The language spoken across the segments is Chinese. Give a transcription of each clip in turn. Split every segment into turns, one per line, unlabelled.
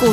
股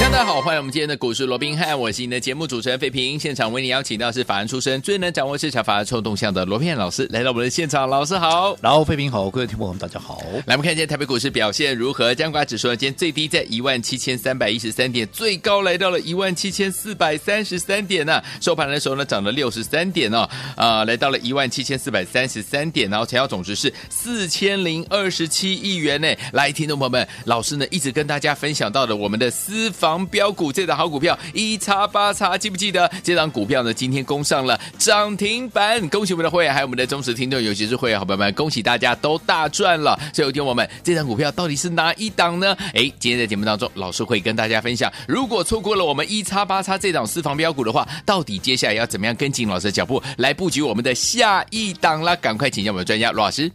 大家好，欢迎我们今天的股市罗宾汉，我是你的节目主持人费平。现场为你邀请到是法案出身、最能掌握市场法案臭动向的罗宾汉老师来到我们的现场，老师好。
然后，费平好，各位听众朋友们，大家好。
来，我们看今天台北股市表现如何？加权指数呢，今天最低在一万七千三百一十三点，最高来到了一万七千四百三十三点呢、收盘的时候呢，涨了六十三点哦，啊、来到了一万七千四百三十三点，然后成交总值是四千零二十七亿元呢。来，听众朋友们，老师呢一直跟大家分享到的我们的私房标股这档好股票一叉八叉，记不记得？这档股票呢今天攻上了涨停板，恭喜我们的会员，还有我们的忠实听众，尤其是会员好朋友们，恭喜大家都大赚了。所以，有天我们这档股票到底是哪一档呢？哎，今天在节目当中，老师会跟大家分享，如果错过了我们一叉八叉这档私房标股的话，到底接下来要怎么样跟紧老师的脚步来布局我们的下一档啦？赶快请教我们的专家罗老师。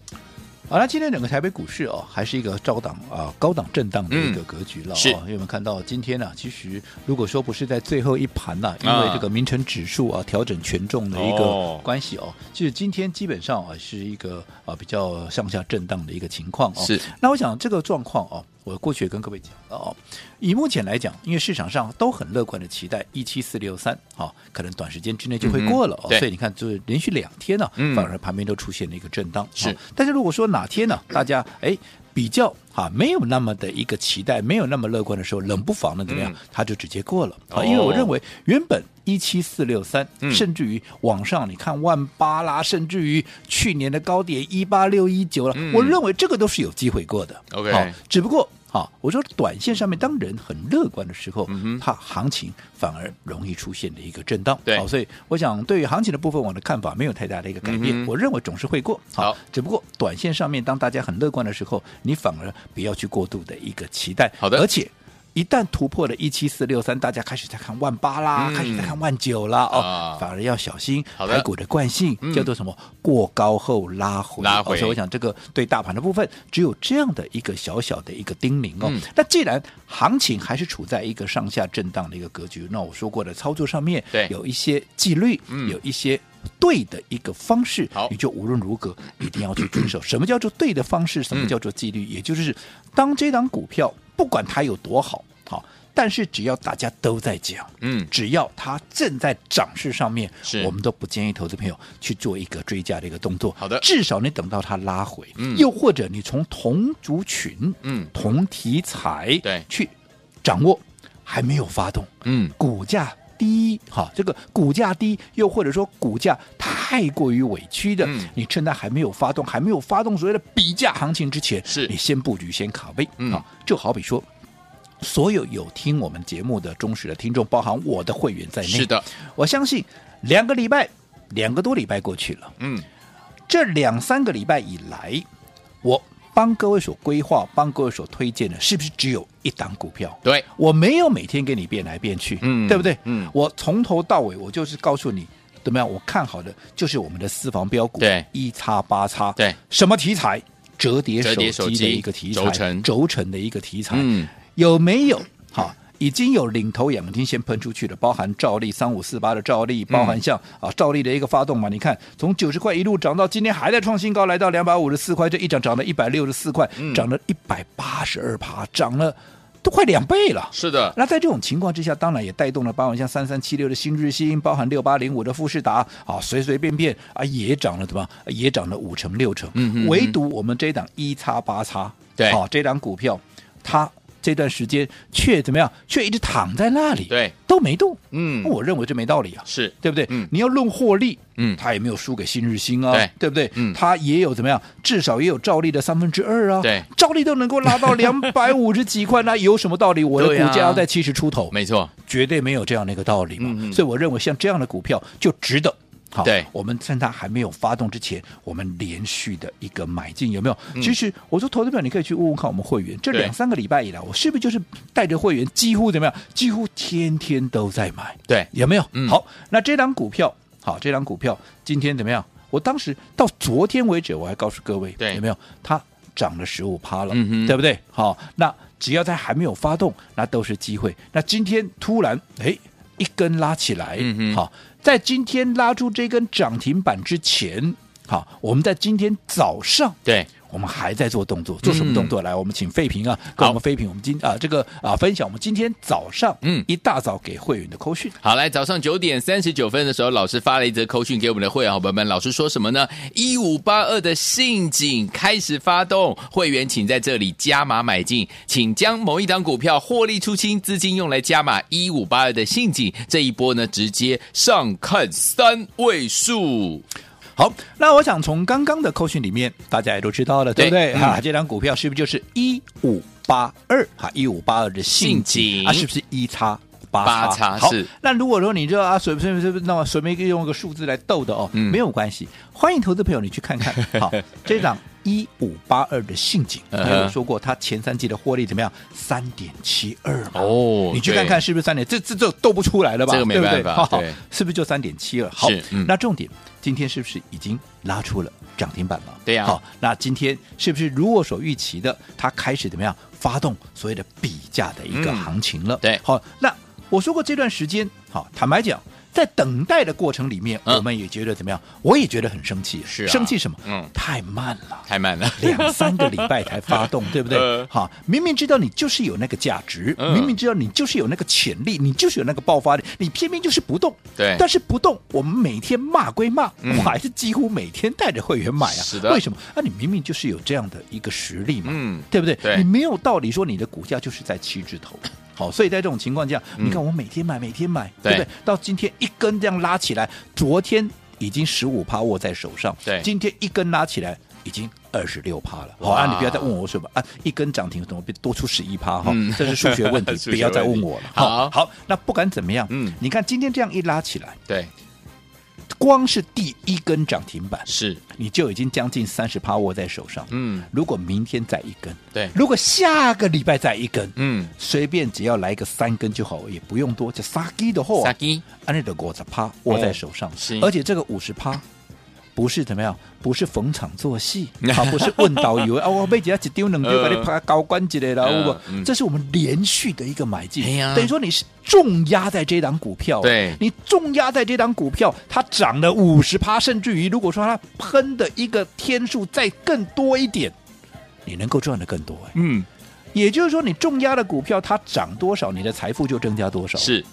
好了，今天整个台北股市哦，还是一个高档啊、高档震荡的一个格局了、哦
是
因为我们看到今天呢、其实如果说不是在最后一盘呢、因
啊
为这个名城指数啊调整权重的一
哦
个关系哦，就是今天基本上啊是一个啊比较上下震荡的一个情况哦。
是，
那我想这个状况哦。我过去也跟各位讲了哦，以目前来讲，因为市场上都很乐观的期待一七四六三，好，可能短时间之内就会
嗯哼
过了哦，
对
所以你看，就是连续两天呢、
嗯
反而盘面都出现了一个震荡。
是
好但是如果说哪天呢、大家哎比较哈、没有那么的一个期待，没有那么乐观的时候，冷不防呢怎么样，
嗯
它就直接过了啊、
哦
因为我认为原本。一七四六三
嗯，
甚至于往上，你看万八啦，甚至于去年的高点一八六一九啦
嗯，
我认为这个都是有机会过的。
OK
好只不过啊，我说短线上面，当人很乐观的时候，
嗯哼
它行情反而容易出现的一个震荡。
对
好所以我想对于行情的部分，我的看法没有太大的一个改变。
嗯哼
我认为总是会过。
好
只不过短线上面，当大家很乐观的时候，你反而不要去过度的一个期待。
好的
而且。一旦突破了一七四六三，大家开始在看万八啦，
嗯
开始在看万九啦，哦，
啊
反而要小心
好的
台股的惯性
嗯
叫做什么？过高后拉回。
拉
哦
回
所以我想这个对大盘的部分，只有这样的一个小小的一个叮咛哦。
嗯
那既然行情还是处在一个上下震荡的一个格局，那我说过的操作上面，
对
有一些纪律，
嗯
有一些。对的一个方式
好，
你就无论如何一定要去遵守。什么叫做对的方式？什么叫做纪
嗯
律？也就是，当这档股票不管它有多好，好，但是只要大家都在讲，
嗯
只要它正在涨势上面
是，
我们都不建议投资朋友去做一个追加的一个动作。
好的
至少你等到它拉回，
嗯
又或者你从同族群、
嗯
同题材
对
去掌握还没有发动，
嗯，
股价低，哈，这个股价低，又或者说股价太过于委屈的，
嗯
你趁它还没有发动，还没有发动所谓的比价行情之前，
是
你先布局，先卡位，
嗯
啊，就好比说。所有有听我们节目的忠实的听众，包含我的会员在内，
是，的，
我相信两个礼拜、两个多礼拜过去了，
嗯
这两三个礼拜以来，我帮各位所规划、帮各位所推荐的，是不是只有一档股票？
对，
哎我没有每天给你变来变去，
嗯
对不对？
嗯
我从头到尾，我就是告诉你怎么样，我看好的就是我们的私房标股，
对
一叉八叉，
对，
什么题材？折叠
折
手
叠手
机
机
的一个题材，
轴承
轴承的一个题材，
嗯，
有没有？好。已经有领头羊已经先喷出去了，包含兆利三五四八的兆利，包
嗯
含像、啊兆利的一个发动嘛，你看从九十块一路涨到今天还在创新高，来到两百五十四块，这一涨涨了一百六十四块，
嗯
涨了一百八十二趴，涨了都快两倍了。
是的，
那在这种情况之下，当然也带动了包含像三三七六的新日新，包含六八零五的富士达啊，随随便便啊也涨了，对吧？也涨了五成六成。
嗯嗯嗯
唯独我们这一档一叉八叉，
对
好、这档股票它。这段时间却怎么样？却一直躺在那里，
对，
都没动。
嗯
那我认为这没道理啊。
是，
对不对？
嗯
你要论获利，
嗯
它也没有输给新日新啊，
对
不对？
嗯
它也有怎么样？至少也有照例的三分之二啊，
对，
照例都能够拉 到两百五十几块，那有什么道理？我的
对啊
股价要在七十出头，
没错，
绝对没有这样的一个道理嘛。
嗯嗯
所以我认为像这样的股票就值得。好，
对
我们趁它还没有发动之前，我们连续的一个买进有没有？其实我说投资票，你可以去问问看我们会员，这
嗯对
两三个礼拜以来，我是不是就是带着会员几乎怎么样？几乎天天都在买。
对，
有没有？
嗯
好，那这档股票，好，这档股票今天怎么样？我当时到昨天为止，我还告诉各位，
对
有没有它涨了十五趴了，
嗯哼
对不对？好，那只要它还没有发动，那都是机会。那今天突然哎一根拉起来，
嗯哼
好，在今天拉出这根涨停板之前，好，我们在今天早上。
对，
我们还在做动作，做什么动作？
嗯
来，我们请费平啊，跟我们费平，我们今啊这个啊分享我们今天早上
嗯
一大早给会员的扣讯。
好，来早上九点三十九分的时候，老师发了一则扣讯给我们的会员好朋友们。老师说什么呢？一五八二的信锦开始发动，会员请在这里加码买进，请将某一档股票获利出清，资金用来加码一五八二的信锦。这一波呢，直接上看三位数。
好，那我想从刚刚的扣讯里面，大家也都知道了，对不
对
对？
嗯
哈、这张股票是不是就是一五八二？哈，一五八二的信
信
锦
锦
啊，是不是一叉？
八
八
叉
叉好
是，
那如果说你这啊随随随便那么随便用一个数字来逗的哦，
嗯
没有关系，欢迎投资朋友你去 看看。好，这档一五八二的信锦，
嗯哼
我有说过它前三季的获利怎么样？三点七二
哦
你去看看是不是三点？这这这都不出来了吧？
这个没
对不对
办法
好好
对
是不是就三点七二？好
是，嗯
那重点今天是不是已经拉出了涨停板了？
对呀
好，那今天是不是如我所预期的，它开始怎么样发动所谓的比价的一个
嗯
行情了？
对
好，那我说过这段时间，好，坦白讲。在等待的过程里面，
嗯
我们也觉得怎么样？我也觉得很生气，
是啊
生气什么？
嗯
太慢了。
太慢了，
两三个礼拜才发 动，对不
呃
对？好，明明知道你就是有那个价值，
嗯
明明知道你就是有那个潜力，你就是有那个爆发力，你偏偏就是不动。
对
但是不动，我们每天骂归骂，
嗯
我还是几乎每天带着会员买啊。
是的
为什么？啊，你明明就是有这样的一个实力嘛，
嗯
对不对？
对
你没有道理说你的股价就是在七字头。好，所以在这种情况下，你看我每天买，每天买，对不
嗯对
对？到今天一根这样拉起来，昨天已经十五趴握在手上，
对
今天一根拉起来已经二十六趴了。好
哇
啊，你不要再问我什么啊，一根涨停怎么变多出十一趴哈
嗯？
这是数 学问
数学
题，不要再问我
问
了。
题好
好，那不管怎么样，
嗯
你看今天这样一拉起来，
对，
光是第一根涨停板，
是，
你就已经将近三十趴握在手上。
嗯，
如果明天再一根，
对，
如果下个礼拜再一根，
嗯，
随便只要来个三根就好，也不用多，就撒鸡的货啊
萨，基，
安利的果子趴握在手上，
哦是
而且这个五十趴。不是怎么样，不是逢场 作戏啊，不是问导游啊，我被人家一丢两丢，
呃
把你拍高关节的啦，啊
嗯
我、
嗯
这是我们连续的一个买进
哎，呀
等于说你是重压在这档股票，
对
你重压在这档股票，它涨了五十趴，甚至于如果说它喷的一个天数再更多一点，你能够赚的更多、哎
嗯，
也就是说，你重压的股票它涨多少，你的财富就增加多少，
是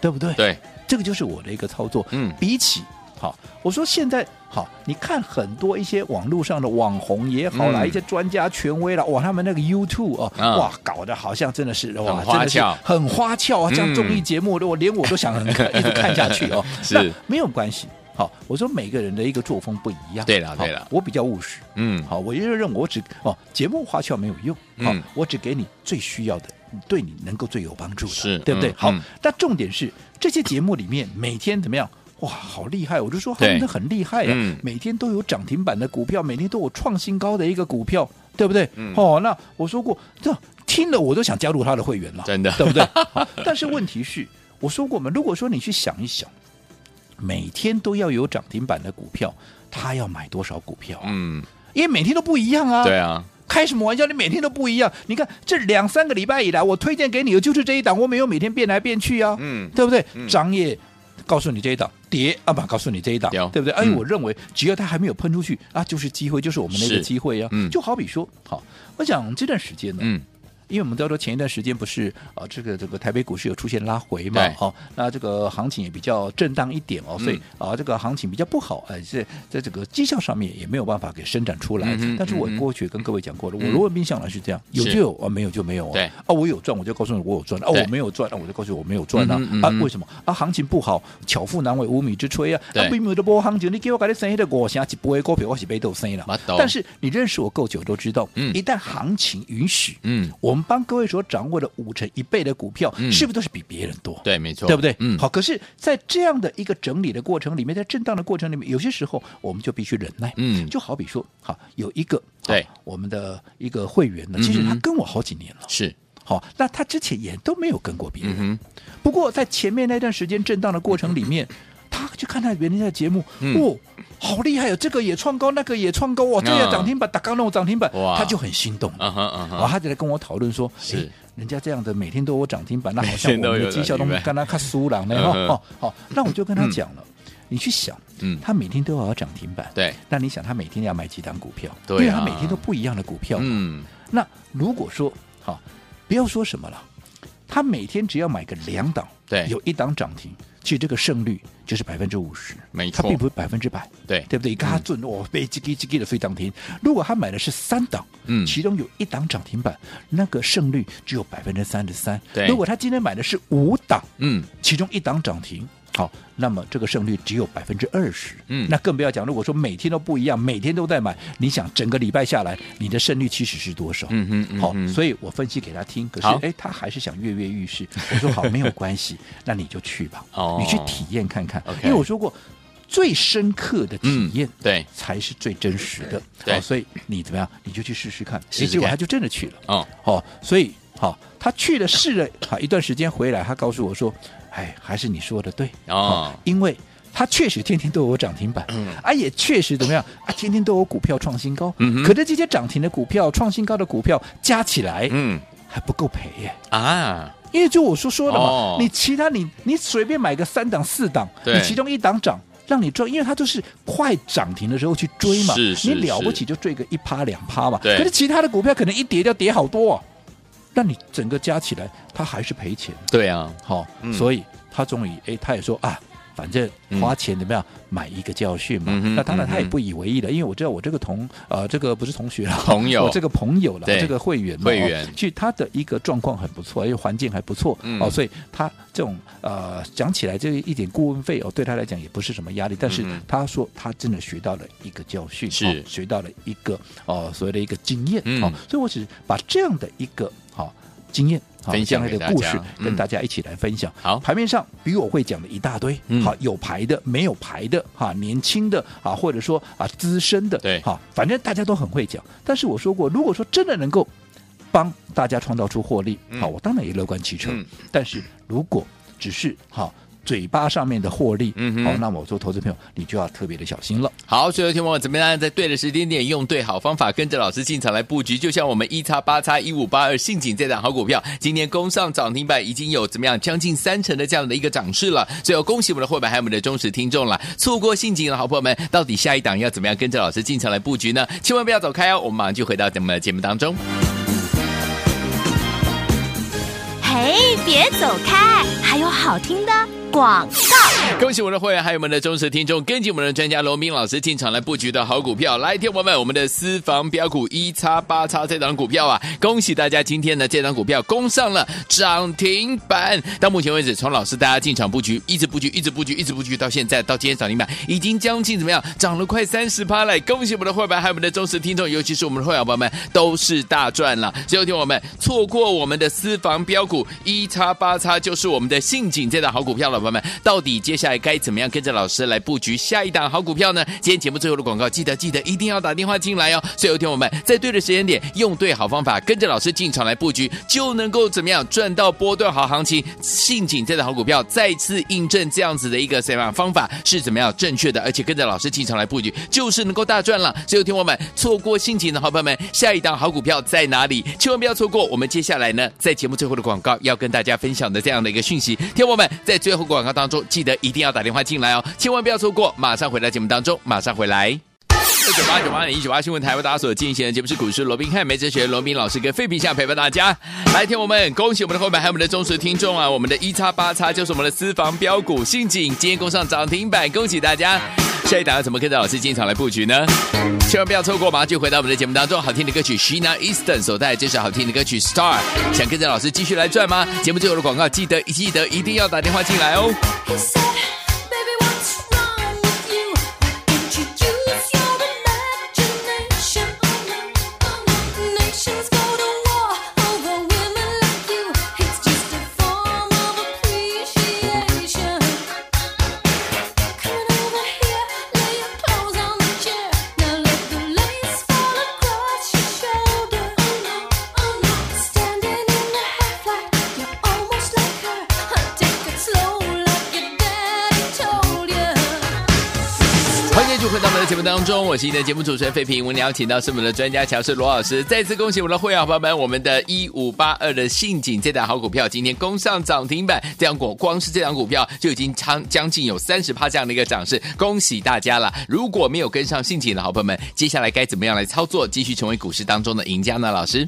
对不对？
对，
这个就是我的一个操作。
嗯
比起好，我说现在好，你看很多一些网络上的网红也好啦，
嗯
一些专家权威啦，哇，他们那个 YouTube 哦，
嗯
哇，搞得好像真的是哇，
很花
真的是
俏
很花俏啊，
嗯
像综艺节目，我连我 都想很看一直看下去哦。
是
那没有关系。好，我说每个人的一个作风不一样。
对啦
好
对啦
我比较务实。
嗯，
好，我就认为我只哦，节目花俏没有用，好、
嗯
我只给你最需要的，对你能够最有帮助的，
是
对不对？
嗯
好
嗯，
但重点是这些节目里面每天怎么样？哇，好厉害！我就说他
对
们都很厉害啊，
嗯
每天都有涨停板的股票，每天都有创新高的一个股票，对不对？
嗯
哦，那我说过，这听了我都想加入他的会员了，
真的
对不对？好但是问题是，我说过嘛，如果说你去想一想，每天都要有涨停板的股票，他要买多少股票啊？
嗯，
因为每天都不一样啊。
对啊，
开什么玩笑？你每天都不一样。你看这两三个礼拜以来，我推荐给你的就是这一档，我没有每天变来变去啊，
嗯，
对不对
嗯？
涨也告诉你这一档，跌啊不，告诉你这一档
有，
对不对？哎，
嗯
我认为只要它还没有喷出去啊，就是机会，就是我们的一个
是
机会啊
嗯。
就好比说，好，我想这段时间呢，
嗯，
因为我们都知道前一段时间不是啊、呃这个这个台北股市有出现拉回嘛
对，嗯
哦，那这个行情也比较震荡一点哦，所以啊、这个行情比较不好，哎、在在这个绩效上面也没有办法给伸展出来。
嗯哼
但是我
嗯哼
过去跟各位讲过了，
嗯
我罗文斌向来是这样，有
是
就有啊，没有就没有啊。
对
啊，我有赚我就告诉你我有赚，啊，
对
我没有赚，啊，我就告诉你我没有赚啊。
嗯哼嗯
啊
哼，
为什么啊？行情不好，巧妇难为无米之炊啊。
对
啊，并没有的波行情，你给我搞的生啊意的我想起不会股票，我是被豆生意了
我。懂
但是你认识我够久都知道，
嗯
一旦行情允许，
嗯，
我们帮各位所掌握的五成一倍的股票，
嗯
是不是都是比别人多？
对，没错，
对不对？
嗯，
好，可是，在这样的一个整理的过程里面，在震荡的过程里面，有些时候我们就必须忍耐。
嗯
就好比说，好有一个
对
好我们的一个会员呢，
嗯
其实
哼
他跟我好几年了，
是，
好，那他之前也都没有跟过别人。
嗯哼，
不过在前面那段时间震荡的过程里面，他去看看别人家的节目，
嗯
哦，好厉害哦，这个也创高，那个也创高，哇，这
嗯
个涨停板，打刚弄涨停板
哇，
他就很心动了。
啊哈啊
然后
哈，
哦他就来跟我讨论说，
是
诶，人家这样的每天都有涨停板，那好像
每天
我
都有
们的绩效都
涨停板
跟他看输了呢，
嗯哼
哦哦，哦那我就跟他讲了，你去想，
嗯
他每天都要有涨停板，
对，
那你想他每天要买几档股票，
对啊
因为他每天都不一样的股票，
嗯，
那如果说好，不要说什么了，他每天只要买个两档，
对
有一档涨停，其实这个胜率就是百分之五十，
没错嗯
它并不是百分之百，
对
对不对？他准哦，被叽叽叽叽的所以涨停。如果他买的是三档，
嗯
其中有一档涨停板，那个胜率只有百分之三十三。
对
如果他今天买的是五档，
嗯，
其中一档涨停。好，那么这个胜率只有百分之二十，
嗯
那更不要讲。如果说每天都不一样，每天都在买，你想整个礼拜下来，你的胜率其实是多少？
嗯哼嗯
好
哼，
所以我分析给他听，可是
好
哎，他还是想跃跃欲试。我说好，没有 关系，那你就去吧，
哦
你去体验看看
OK。
因为我说过，最深刻的体验、
嗯对
才是最真实的。
对
好，所以你怎么样，你就去试试看。
试试
哎结果
看
他就真的去了。
哦，
哦，所以好、他去了试了好一段时间回来，他告诉我说，哎，还是你说的对
哦
因为。他确实天天都有涨停板，啊，也确实怎么样啊，天天都有股票创新高。
嗯哼
可是这些涨停的股票、创新高的股票加起来
嗯
还不够赔耶，
啊，
因为就我所说的嘛，
哦
你其他你你随便买个三档四档，
对
你其中一档涨。让你赚，因为它就是快涨停的时候去追嘛，
是是
你了不起就追个一趴两趴嘛。
对
可是其他的股票可能一跌就跌好多、哦，那你整个加起来，它还是赔钱。
对啊，
好、
嗯
所以他终于，哎，他也说啊，反正花钱怎么样，买一个教训嘛。
嗯哼
那当然
嗯哼
他也不以为意了，因为我知道我这个同呃，这个不是同学了，
朋友
我这个朋友了，
对
这个会员嘛，
会员
哦其实他的一个状况很不错，因为环境还不错、
嗯
哦，所以他这种呃讲起来这一点顾问费哦，对他来讲也不是什么压力，但是
嗯哼
他说他真的学到了一个教训，
是
哦学到了一个哦所谓的一个经验、
嗯
哦，所以我只是把这样的一个好、经验。好
分享
将来
给
的
大
故
家
事
嗯
跟大家一起来分享。
好
盘面上比我会讲的一大堆
嗯，
好有牌的，没有牌的，哈，年轻的啊，或者说啊资深的，
对
好，反正大家都很会讲。但是我说过，如果说真的能够帮大家创造出获利，
嗯
好，我当然也乐观其成。
嗯
但是如果只是好嘴巴上面的获利，
嗯哼
好，那么我做投资朋友，你就要特别的小心了。
好，所有听众朋友们怎么样在对的时间点用对好方法，跟着老师进场来布局？就像我们一叉八叉一五八二信锦这档好股票，今年攻上涨停板已经有怎么样将近三成的这样的一个涨势了。所以要恭喜我们的会员还有我们的忠实听众了。错过信锦的好朋友们，到底下一档要怎么样跟着老师进场来布局呢？千万不要走开哦，我们马上就回到咱们的节目当中。
嘿，别走开，还有好听的广告。
恭喜我们的会员，还有我们的忠实听众，跟紧我们的专家罗斌老师进场来布局的好股票。来，听我们，我们的私房标股一叉八叉这档股票啊，恭喜大家今天呢这档股票攻上了涨停板。到目前为止，从老师大家进场布局，一直布局，一直布局，一直布局，到现在到今天涨停板，已经将近怎么样，涨了快三十趴了。恭喜我们的会员，还有我们的忠实听众，尤其是我们的会员朋友们，都是大赚了。所以，听我们错过我们的私房标股一叉八叉，就是我们的信锦这档好股票了，朋友们，到底接下来该怎么样跟着老师来布局下一档好股票呢？今天节目最后的广告，记得记得一定要打电话进来哦。所以，有天我们在对的时间点，用对好方法，跟着老师进场来布局，就能够怎么样赚到波段好行情。信锦这档好股票再次印证这样子的一个什么样方法是怎么样正确的，而且跟着老师进场来布局，就是能够大赚了。所以，有天我们错过信锦的好朋友们，下一档好股票在哪里？千万不要错过。我们接下来呢，在节目最后的广告要跟大家分享的这样的一个讯息，天友们在最后广告当中，记得一定要打电话进来哦，千万不要错过。马上回到节目当中，马上回来。六九八九八零一九八新闻台为大家所进行的节目是股市罗宾汉梅哲学罗宾老师跟费皮相陪伴大家。来，听我们恭喜我们的后面还有我们的忠实听众啊，我们的一叉八叉就是我们的私房标股信锦，今天攻上涨停板，恭喜大家！下一档要怎么跟着老师进场来布局呢？千万不要错过，马上就回到我们的节目当中。好听的歌曲 Shina Easton 所带来这首好听的歌曲 Star，想跟着老师继续来赚吗？节目最后的广告记得记得一定要打电话进来哦。
He said, "Baby, what's wrong with you? Can't you use your imagination? Oh, Nations go to war over women like you. It's just a form of appreciation. Come over here, lay your clothes on the chair. Now let the lace fall across your shoulder. Oh no, standing in the half light, you're almost like her. Take it slow, like your daddy
回到我们的节目当中，我是你的节目主持人费平。我们邀请到是我们的专家乔氏罗老师，再次恭喜我们的会员好朋友们，我们的一五八二的信锦这档好股票今天攻上涨停板，这样股光是这档股票就已经将将近有三十趴这样的一个涨势，恭喜大家了！如果没有跟上信锦的好朋友们，接下来该怎么样来操作，继续成为股市当中的赢家呢？老师，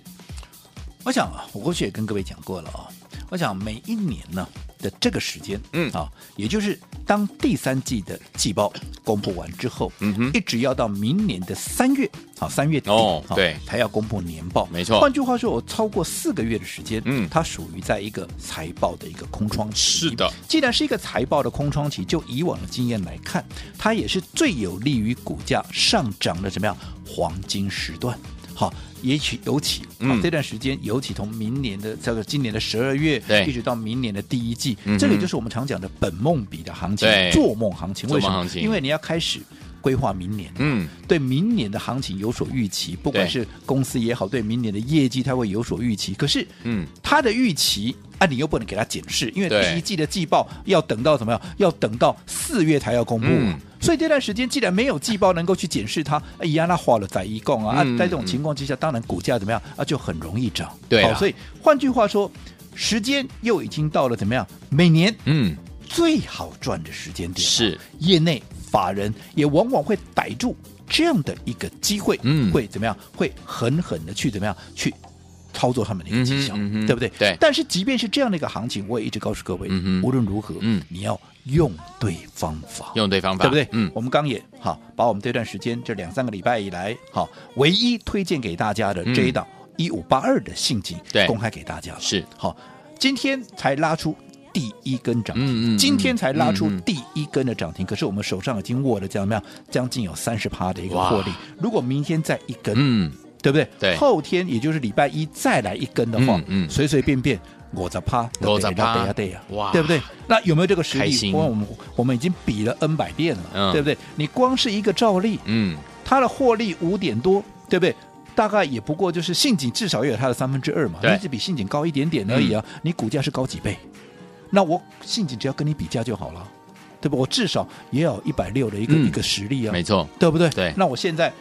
我想啊，我过去也跟各位讲过了啊、我想每一年呢的这个时间，
嗯
啊，也就是当第三季的季报公布完之后，
嗯哼
一直要到明年的三月，啊，三月底，
哦
啊
对
才要公布年报，
没错
换句话说，我超过四个月的时间，
嗯
它属于在一个财报的一个空窗期。
是的，
既然是一个财报的空窗期，就以往的经验来看，它也是最有利于股价上涨的怎么样黄金时段。好，也许尤其、
嗯
啊、这段时间，尤其从明年的这个今年的十二月
对，
一直到明年的第一季，
嗯哼
这里就是我们常讲的本梦比的行情
对，
做梦行情。
做梦
为什么
行？情
因为你要开始规划明年。
嗯，
对明年的行情有所预期，不管
对
是公司也好，对明年的业绩它会有所预期。可是，
嗯，
它的预期啊，你又不能给它检视，因为
对
第一季的季报要等到怎么样？要等到四月才要公布、
嗯
所以这段时间既然没有季报能够去检视它，哎呀，那花了在一共啊，
嗯
啊，在这种情况之下，当然股价怎么样啊，就很容易涨。
对啊
好，所以换句话说，时间又已经到了怎么样？每年
嗯，
最好赚的时间点了，啊
是
业内法人也往往会逮住这样的一个机会，
嗯
会怎么样？会狠狠的去怎么样去操作他们的一个绩效，
嗯哼嗯哼
对不对？
对
但是即便是这样的一个行情，我也一直告诉各位，
嗯哼
无论如何，
嗯
你要用对方法，
用对方法，
对不对？
嗯，
我们刚也好，把我们这段时间这两三个礼拜以来，好，唯一推荐给大家的
嗯
这一档一五八二的信息，
对
公开给大家了。
是
好，今天才拉出。第一根涨
嗯嗯
停，
嗯
今天才拉出
嗯嗯
第一根的涨停，可是我们手上已经握了怎么样，将近有三十趴的一个
哇
获利。如果明天再一根，
嗯，
对不对？
对
后天也就是礼拜一再来一根的话，
嗯嗯
随随便便我在趴，
50%
对呀对呀，
哇
对不对？那有没有这个实
开
力？
心
我我们我们已经比了 N 百遍了，
嗯
对不对？你光是一个照例，
嗯，
它的获利五点多，对不对？大概也不过就是信锦至少也有它的三分之二嘛，
对嗯
你只比信锦高一点点而已啊，你股价是高几倍？那我信锦只要跟你比价就好了，对不？我至少也要一百六的一个、
嗯
一个实力啊，
没错，
对不对？
对
那我现在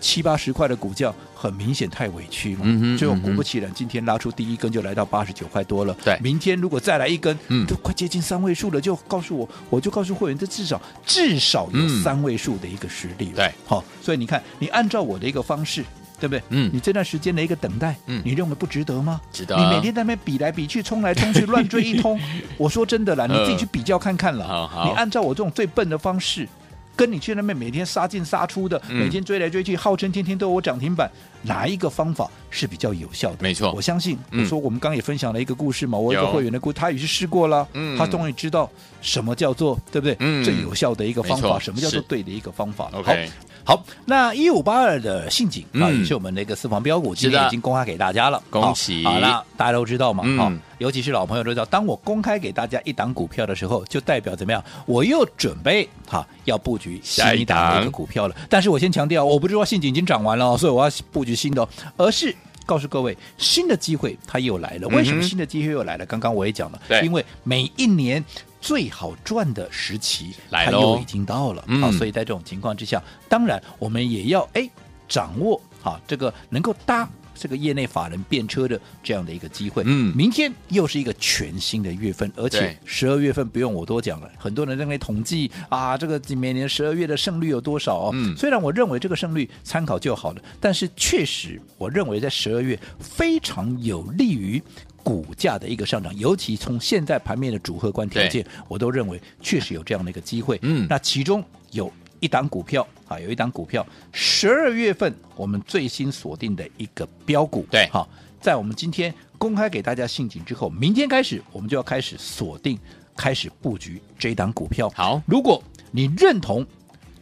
七八十块的股价，很明显太委屈嘛。
嗯哼
最后
嗯哼
果不其然，今天拉出第一根就来到八十九块多了。
对
明天如果再来一根，
嗯
都快接近三位数了，就告诉我，我就告诉会员，这至少至少有
嗯
三位数的一个实力了。
对
好、所以你看，你按照我的一个方式。对不对？
嗯
你这段时间的一个等待，
嗯
你认为不值得吗？
值得啊
你每天在那边比来比去，冲 来冲去，乱追一通。我说真的啦，你自己
呃
去比较看看啦。
好好
你按照我这种最笨的方式，跟你去那边每天杀进杀出的，
嗯
每天追来追去，号称天天都有涨停板，哪一个方法是比较有效的？
没错
我相信。
嗯
我说我们刚刚也分享了一个故事嘛，我有一个
有
会员的故事，他也是试过了，
嗯
他终于知道什么叫做对不对？
嗯
最有效的一个方
没错
法，什么叫做
是
对的一个方法。好
OK，
好，那一五八二的信锦啊，
嗯
也是我们的一个私房标股，
是的
今天已经公开给大家了，
恭
好
喜
好了，大家都知道嘛，
嗯
好，尤其是老朋友都知道，当我公开给大家一档股票的时候，就代表怎么样？我又准备哈要布局新
下一
一档的一
档
个股票了。但是我先强调，我不是说信锦已经涨完了，所以我要布局新的哦，而是。告诉各位，新的机会它又来了。为什
嗯
么
哼
新的机会又来了？刚刚我也讲了
对，
因为每一年最好赚的时期
来
它
咯
又已经到了。
嗯
好，所以在这种情况之下，当然我们也要哎掌握好这个能够搭。这个业内法人变车的这样的一个机会，
嗯
明天又是一个全新的月份，而且
对
十二月份不用我多讲了，很多人认为统计啊，这个每年十二月的胜率有多少哦？
嗯
虽然我认为这个胜率参考就好了，但是确实我认为在十二月非常有利于。股价的一个上涨，尤其从现在盘面的主客观条件，我都认为确实有这样的一个机会。
嗯
那其中有一档股票啊，有一档股票，十二月份我们最新锁定的一个标股，
对
好，在我们今天公开给大家信警之后，明天开始我们就要开始锁定，开始布局这一档股票。
好
如果你认同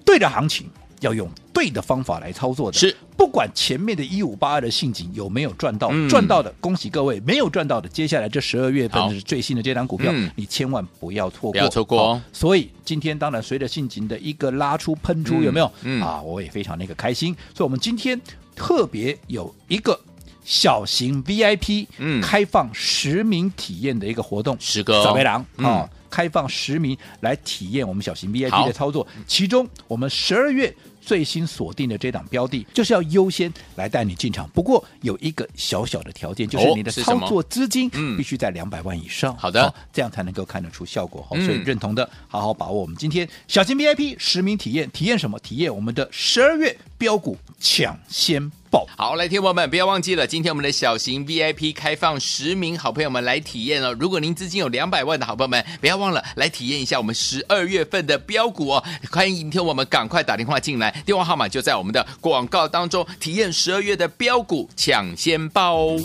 对的行情，要用对的方法来操作的，
是
不管前面的一五八二的信阱有没有赚到，
嗯
赚到的恭喜各位，没有赚到的，接下来这十二月份
好
是最新的这档股票，
嗯
你千万不要错过，
不要错过哦
好所以今天当然随着信阱的一个拉出喷出，
嗯
有没有？
嗯
啊，我也非常那个开心，所以我们今天特别有一个。小型 VIP
嗯
开放实名体验的一个活动，
十个哦
小白狼
嗯
啊，开放实名来体验我们小型 VIP
好
的操作。其中，我们十二月最新锁定的这档标的，就是要优先来带你进场。不过有一个小小的条件，就是
哦
你的
是什
操
么
作资金
嗯
必须在两百万以上。
好的
这样才能够看得出效果。好，
嗯
所以认同的，好好把握我们今天小型 VIP 实名体验，体验什么？体验我们的十二月标股抢先报。
好，来，听众朋友们，不要忘记了，今天我们的小型 VIP 开放十名好朋友们来体验哦。如果您资金有两百万的好朋友们，不要忘了来体验一下我们十二月份的标股哦。欢迎听我们赶快打电话进来，电话号码就在我们的广告当中，体验十二月的标股抢先报哦。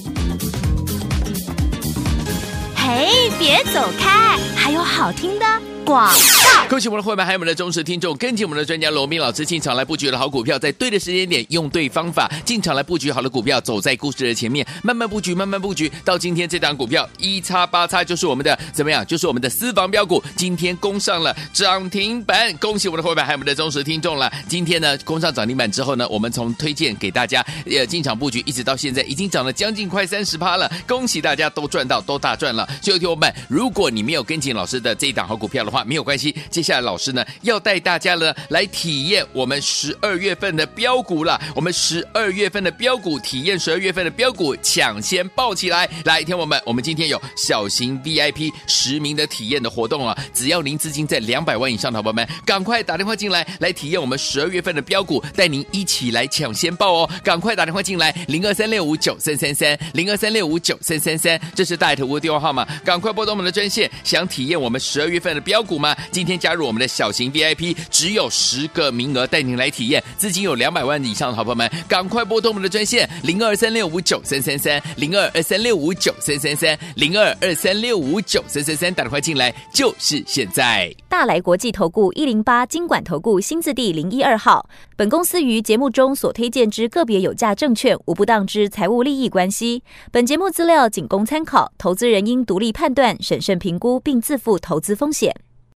嘿，别走开，还有好听的广。
恭喜我们的会员，还有我们的忠实听众，跟紧我们的专家罗明老师进场来布局的好股票，在对的时间点，用对方法进场来布局好的股票，走在故事的前面，慢慢布局，慢慢布局，到今天这档股票一叉八叉就是我们的怎么样？就是我们的私房标股，今天攻上了涨停板，恭喜我们的会员，还有我们的忠实听众了。今天呢，攻上涨停板之后呢，我们从推荐给大家呃进场布局，一直到现在已经涨了将近快三十趴了，恭喜大家都赚到，都大赚了。所以，听友们，如果你没有跟紧老师的这一档好股票的话，没有关系，接下来老师呢要带大家呢来体验我们十二月份的标股了。我们十二月份的标股体验，十二月份的标股抢先抱起来。来，听友们，我们今天有小型 VIP 实名的体验的活动啊，只要您资金在两百万以上的好朋友们，赶快打电话进来来体验我们十二月份的标股，带您一起来抢先报哦！赶快打电话进来，零二三六五九三三三，零二三六五九三三三，这是大头屋电话号码，赶快拨通我们的专线。想体验我们十二月份的标股吗？今天加入我们的小型 VIP，只有十个名额带您来体验，资金有两百万以上的好朋友们，赶快拨通我们的专线零二三六五九三三三，零二二三六五九三三三，零二二三六五九三三三，打电话进来就是现在。
大来国际投顾一零八金管投顾新字第零一二号。本公司于节目中所推荐之个别有价证券，无不当之财务利益关系。本节目资料仅供参考，投资人应独立判断、审慎评估，并自负投资风险。